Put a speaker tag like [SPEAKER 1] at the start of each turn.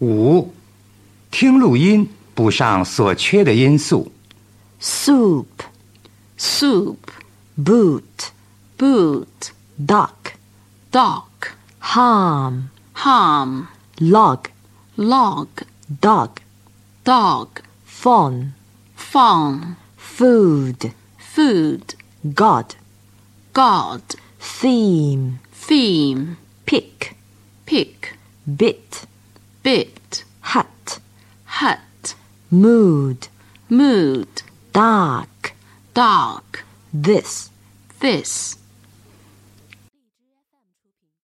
[SPEAKER 1] 五，听录音补上所缺的因素。
[SPEAKER 2] soup,
[SPEAKER 3] soup,
[SPEAKER 2] boot,
[SPEAKER 3] boot,
[SPEAKER 2] duck,
[SPEAKER 3] dock,
[SPEAKER 2] ham,
[SPEAKER 3] ham,
[SPEAKER 2] log,
[SPEAKER 3] log,
[SPEAKER 2] dog,
[SPEAKER 3] dog,
[SPEAKER 2] fawn,
[SPEAKER 3] fawn,
[SPEAKER 2] food,
[SPEAKER 3] food,
[SPEAKER 2] god,
[SPEAKER 3] god,
[SPEAKER 2] theme,
[SPEAKER 3] theme,
[SPEAKER 2] pick,
[SPEAKER 3] pick,
[SPEAKER 2] bit,
[SPEAKER 3] bit,
[SPEAKER 2] hat,
[SPEAKER 3] hat,
[SPEAKER 2] mood,
[SPEAKER 3] mood,
[SPEAKER 2] dark,
[SPEAKER 3] dark,
[SPEAKER 2] this,
[SPEAKER 3] this,